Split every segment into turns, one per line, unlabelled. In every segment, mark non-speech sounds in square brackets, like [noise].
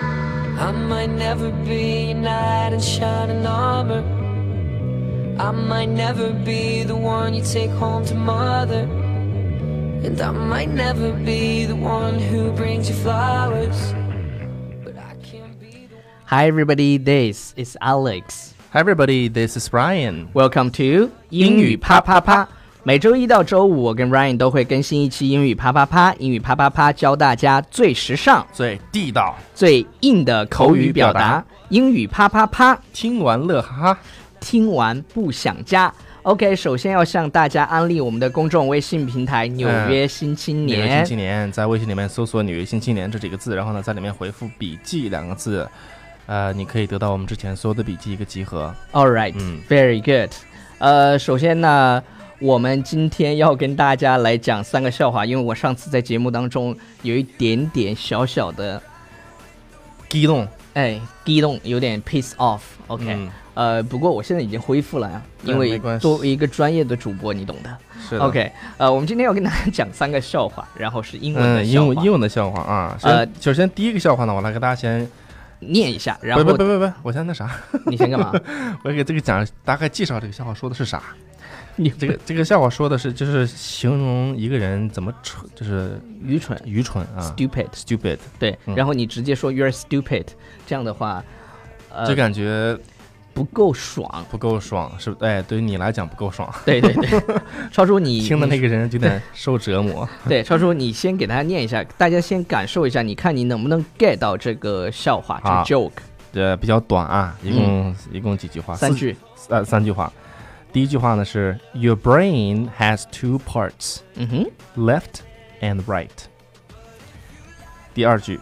I might never be a knight in shining armor. I might never be the one you take home to mother. And I might never be the one who brings you flowers. But I can be the one.
Hi, everybody. This is Alex.
Hi everybody, this is Ryan。
Welcome to 英语啪啪啪。每周一到周五，我跟 Ryan 都会更新一期英语啪啪啪。英语啪啪啪教大家最时尚、
最地道，
最硬的口语表达。英语啪啪啪，
听完乐哈哈。
听完不想加。OK，首先要向大家安利我们的公众微信平台《纽约新青
呃纽约
年
新》青年，在微信里面搜索“纽约新青年”这几个字，然后呢，在里面回复“笔记”两个字，呃，你可以得到我们之前所有的笔记一个集合。
All right,
嗯
very good. 呃，首先呢，我们今天要跟大家来讲三个笑话，因为我上次在节目当中有一点点小小的
激动，
哎激动，有点 piss off。OK，、
嗯
呃，不过我现在已经恢复了呀，
对
因
没
为
关系
作为一个专业的主播，你懂的。
是的
OK，呃，我们今天要跟大家讲三个笑话，然后是英文的
嗯，
笑
英
话，
文英文的笑话啊。
呃
呃，首先第一个笑话呢，我来给大家先，
念一下，然
不不
后
不不不，我先那啥， [laughs]
你先干嘛？
我给这个讲大概介绍这个笑话说的是啥。
你
这个这个笑话说的是就是形容一个人怎么蠢，就是
愚蠢
愚蠢啊
，stupid，
，stupid，
对，
嗯
然后你直接说 you're stupid，这样的话，呃
就，感觉
不够爽。
不够爽，是不？哎，对于你来讲不够爽，
对对对，
[laughs]
超叔你
听的那
个
个人有点受折磨。
对，超叔你先给大家念一下，大家先感受一下，你看你能不能 get 到这个笑话，这
好
个 joke
呃，比较短啊，一共、一共几句话？
三
四，
句。
呃，三句话。第一句话呢是 Your brain has two parts,
嗯哼
left and right。第二句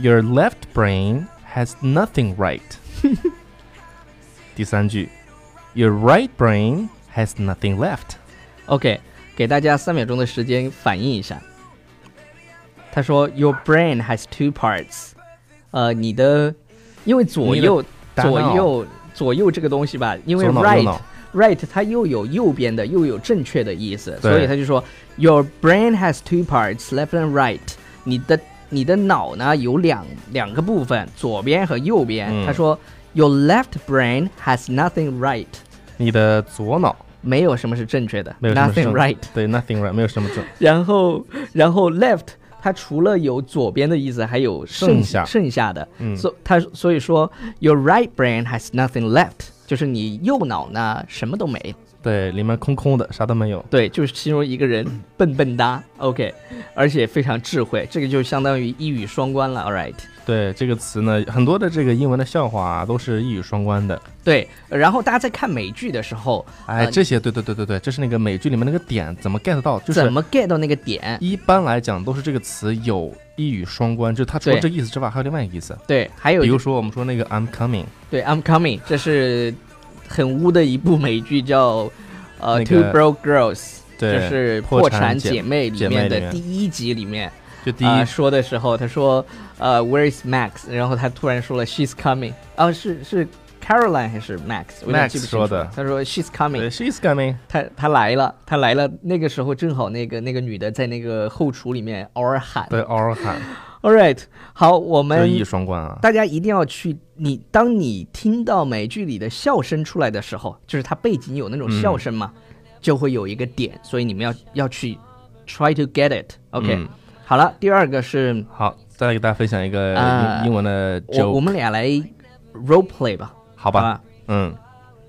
，Your left brain has nothing right。第三句，Your right brain has nothing left。
，OK，给大家三秒钟的时间反应一下。他说，Your brain has two parts，呃，你的，因为左
你的
右
大
左
脑
右左右这个东西吧，因为
左脑右
right
脑
right 它又有右边的，又有正确的意思，
对
所以他就说，Your brain has two parts, left and right。你的你的脑呢有两两个部分，左边和右边。
嗯
他说，Your left brain has nothing right，
你的左脑
没有什么是正确的
没有什么
，nothing
正
right。
对 nothing right 没有什么正
然后然后 left 它除了有左边的意思，还有剩
剩下
剩下的，
嗯
所、它所以说，Your right brain has nothing left。就是你右脑呢，什么都没，
对，里面空空的，啥都没有。
对，就是形容一个人
嗯
笨笨哒，OK，而且非常智慧，这个就相当于一语双关了，All right。
对这个词呢，很多的这个英文的笑话啊，都是一语双关的。
对，然后大家在看美剧的时候，
哎，
呃
这些对对对对对，这是那个美剧里面那个点怎么 get 到，就
怎
是
么 get 到那个点？
一般来讲都是这个词有一语双关，就是它除了
对
这意思之外，还有另外一个意思。
对，还有
比
一
如
个
说我们说那个 I'm coming，
对，I'm coming，这是很污的一部美剧，叫呃、
那
Two
个
Broke Girls，
对，
就是《
破
破
产
产
姐
姐妹》里
姐妹
面
里
的
面
第一集里面，
就第一、
啊，说的时候，他说呃 Where is Max？然后他突然说了 She's coming，哦，是是 Caroline 还是 Max？我有点
Max
记不清
说
楚
的
他说 She's coming
对。She's coming，
他他来了，他来了。那个时候正好那个那个女的在那个后厨里面偶尔喊。
对 all 喊，
，All right，好，嗯我
就是
们
一语双关啊。
大家一定要去你，当你听到美剧里的笑声出来的时候，就是它背景有那
嗯
种笑声嘛，就会有一个点，所以你们要要去 try to get it。OK，、
嗯
好了，第二个是
好，再来给大家分享一个英,、
啊
英文的
我我
joke，
们俩来 role play 吧，
好
好吧？
吧？嗯，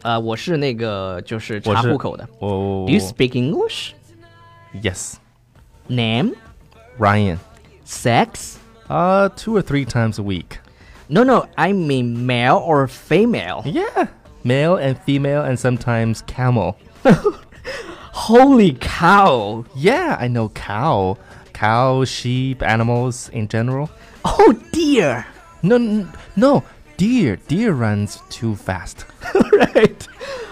呃，我是那个就是
我
查
是
户口的。
我我
Do you speak English?
yes
Name,
Ryan，
sex?
啊、two or three times a week。
No, no, I mean male or female.
Yeah, male and female, and sometimes camel.
Holy cow!
Yeah, I know cow, cow, sheep, animals in general.
Oh dear! [laughs]
No, n- no, deer, deer runs too fast.
Right，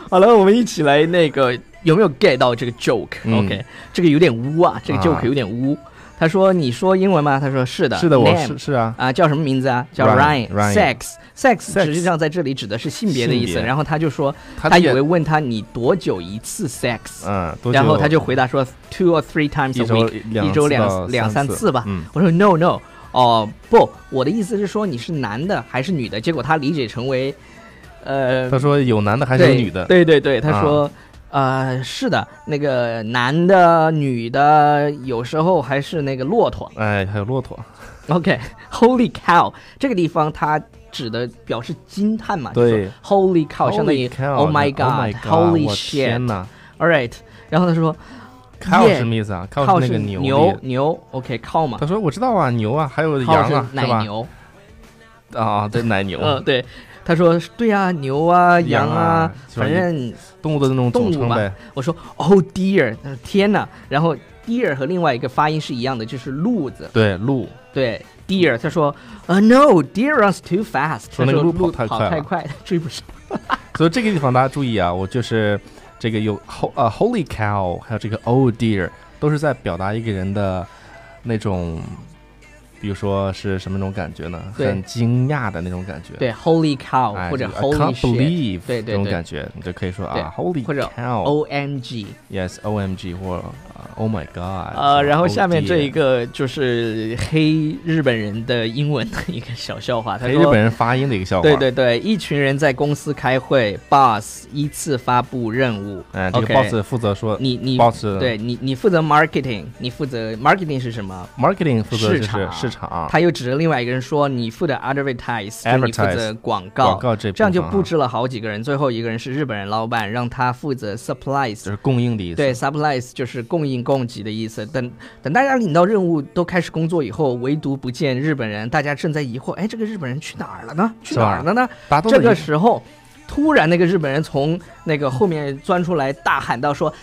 好了，我们一起来那个有没有 get 到这个 joke？OK，、
嗯
这个有点污啊，这个
啊
joke 有点污。他说：“你说英文吗？”他说：“是的。”
是的，我
Name
是是啊，
啊，叫什么名字啊？叫
Ryan- Ryan
Sex sex
Sex
实际上在这里指的是性别的意
性
思。
别
然后他就说，
他
他以
也
为问他你多久一次 sex，、
嗯，多
然后
久
他就回答说 two or three times
一
a
周
week，
两
一周
次
两
到
两
三
三次吧。
嗯
我说 no no，哦，不，我的意思是说你是男的还是女的，结果他理解成为，呃，
他说有男的还是有
对
女的？
对对对，他
啊
说。呃，是的，那个男的、女的，有时候还是那个骆驼。
哎，还有骆驼，
OK，Holy、cow，这个地方它指的表示惊叹嘛？就
对
是说，Holy cow 相当于
Holy cow，
Oh my
Oh my
God，Holy
God，我天
shit，All
呐
right。然后他说
cow 是
Yeah，
什么意思啊
靠
？cow 是那个
牛
牛力。
牛，OK，靠嘛
他，说我知道啊，牛啊，还有
靠
羊
是
啊，是
奶
吧？
牛，
啊，对，奶牛，
嗯，对，他说对呀，牛啊，
羊
羊
啊
啊，
喜欢
反正
动物的那种总
动
称
物吧
呗。
我说 Oh dear，他说天哪，然后 dear 和另外一个发音是一样的，就是鹿子，
对，鹿，
对 dear，他说呃 no，deer runs too fast，他
说那个
说
鹿
鹿
跑太
跑
快了
太快，追不上。
所以这个地方大家注意啊，我就是这个有 ho 呃 holy cow，还有这个 oh dear，都是在表达一个人的那种，比如说是什么那种感觉呢？
对
很惊讶的那种感觉。
对，Holy cow，、
哎，
或者
就是 I
Holy
can't
shit。
believe
对对
这种
对
感觉，你就可以说
对
啊 holy
或者哦
cow，yes
O M G，
o m g 或呃 oh my god Oh
呃，然后下面这一
个。
个就是黑日本人的英文的一个小笑话，他
陪
说
日本人发音的一个笑话，
对，对对，一群人在公司开会，boss 依次发布任务。
哎，这个
OK
boss 负责说
你你
，boss
对你你负责 marketing，你负责 marketing 是什么？
啊 marketing 负责就是
场
市场，
他又指着另外一个人说，你负责 advertise，就是你负
Advertise，
责广告。
广告这部
这样就
分啊
布置了好几个人，最后一个人是日本人老板，让他负责 supplies，
就是供应的意思，
对，supplies 就是供应供给的意思。等等，大家领到任务都开始工作以后，唯独不见日本人，大家正在疑惑：哎，这个日本人去哪儿了呢？去
是
哪
吧
儿了呢？
大家都
这
在
个时候，突然那个日本人从那个后面钻出来，大喊道：“说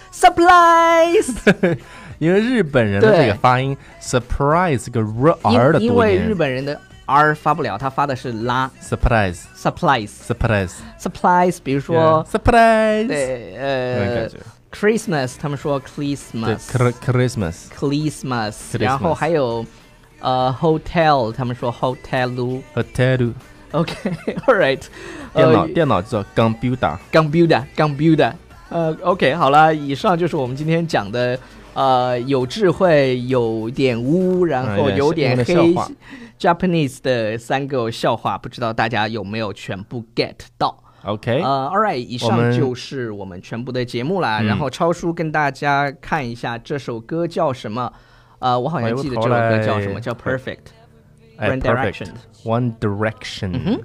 supplies！”
因为日本人的
对
这个发音 surprise 这个 r r 的
因因
读
为日
音
本人的 r 发不了，他发的是拉
surprise
supplies
surprise
supplies。比如说
Yeah，，surprise
对
那种
呃
感觉，
，Christmas，他们说
对
Christmas。
Chri- Christmas
Christmas，
Christmas
然后还有呃 hotel，他们说 [laughs] hotel。
hotel
OK，all right，
电脑
呃
电脑叫 computer
，computer，computer，呃，OK，好了，以上就是我们今天讲的，呃，有智慧，有点污，然后
嗯
有点
有点
黑
笑话
，Japanese 的三个笑话，不知道大家有没有全部 get 到？
OK
呃，All right，以
我
上
们
就是我们全部的节目啦。
嗯
然后超叔跟大家看一下这首歌叫什么。呃，我好
回
像
过
记得
头
这首歌叫什
来
么，叫 Perfect。
哎
One
perfect
Direction 嗯
One Direction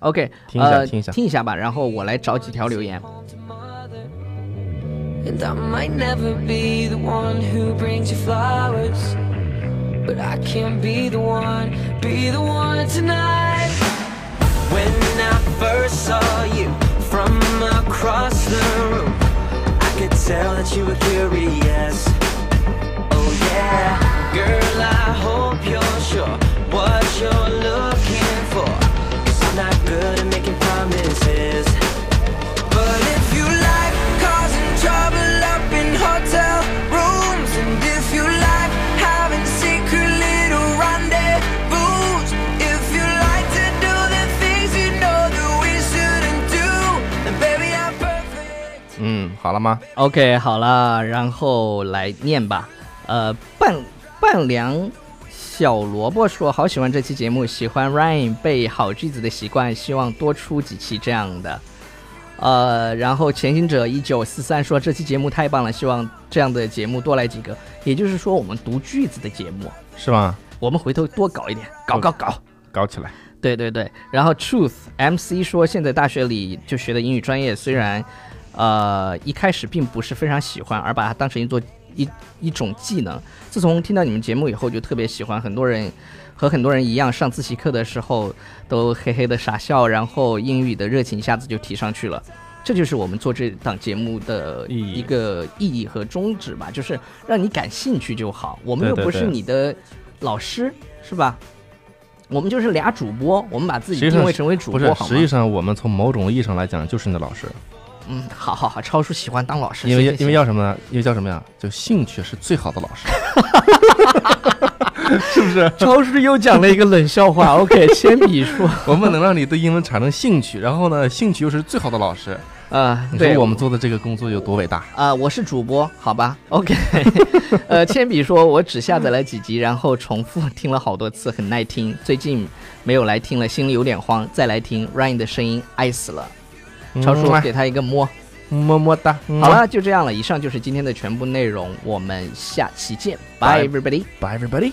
OK，
听一下
呃
听一下
听一下吧，然后我来找几条留言。
And I might never be the one who brings you flowers. But I can be the one, be the one tonight. When I first saw you from across the room, I could tell that you were curious. Oh yeah, girl, I hope you're sure what you're looking for. Cause I'm not good at making promises. But if you like causing trouble up in hotel rooms, and if you like having secret little rendezvous, if you like to do the things you know that we shouldn't do, then baby, I'm perfect.
嗯，好了吗？
OK，好了，然后来念吧。呃，半半凉小萝卜说：“好喜欢这期节目，喜欢 Ryan 背好句子的习惯，希望多出几期这样的。”呃，然后前行者一九四三说：“这期节目太棒了，希望这样的节目多来几个。”也就是说，我们读句子的节目，
是吗？
我们回头多搞一点，搞搞搞。
搞起来，
对对对，然后 Truth MC 说，现在大学里就学的英语专业，虽然，呃，一开始并不是非常喜欢，而把它当成一座一一种技能。自从听到你们节目以后，就特别喜欢。很多人和很多人一样，上自习课的时候都嘿嘿的傻笑，然后英语的热情一下子就提上去了。这就是我们做这档节目的
意义
一个
嗯
意义和宗旨吧，就是让你感兴趣就好。我们
对
又
对
不是
对
你的老师，是吧？我们就是俩主播，我们把自
实际
己
上
定位
是
成为主
不是
播，？好
实际
吗？
上我们从某种意义上来讲，就是你的老师，
嗯，好好好，超叔喜欢当老师，
因为
谢谢
因为
[laughs]
要什么呢？因为叫什么呀？就兴趣是最好的老师。
超叔又讲了一个冷笑话。OK，铅笔说， [laughs]
我们能让你对英文产生兴趣，然后呢，兴趣又是最好的老师，
啊、
你
对
说我们做的这个工作有多伟大？
啊、我是主播，好吧，OK。呃，铅笔说，我只下载了几集，然后重复听了好多次，很耐听。最近没有来听了，心里有点慌，再来听 Ryan 的声音，爱死了。超叔
嗯
给他一个摸。
么么哒。
好了，就这样了。以上就是今天的全部内容，我们下期见，拜
拜
everybody。
，Bye everybody。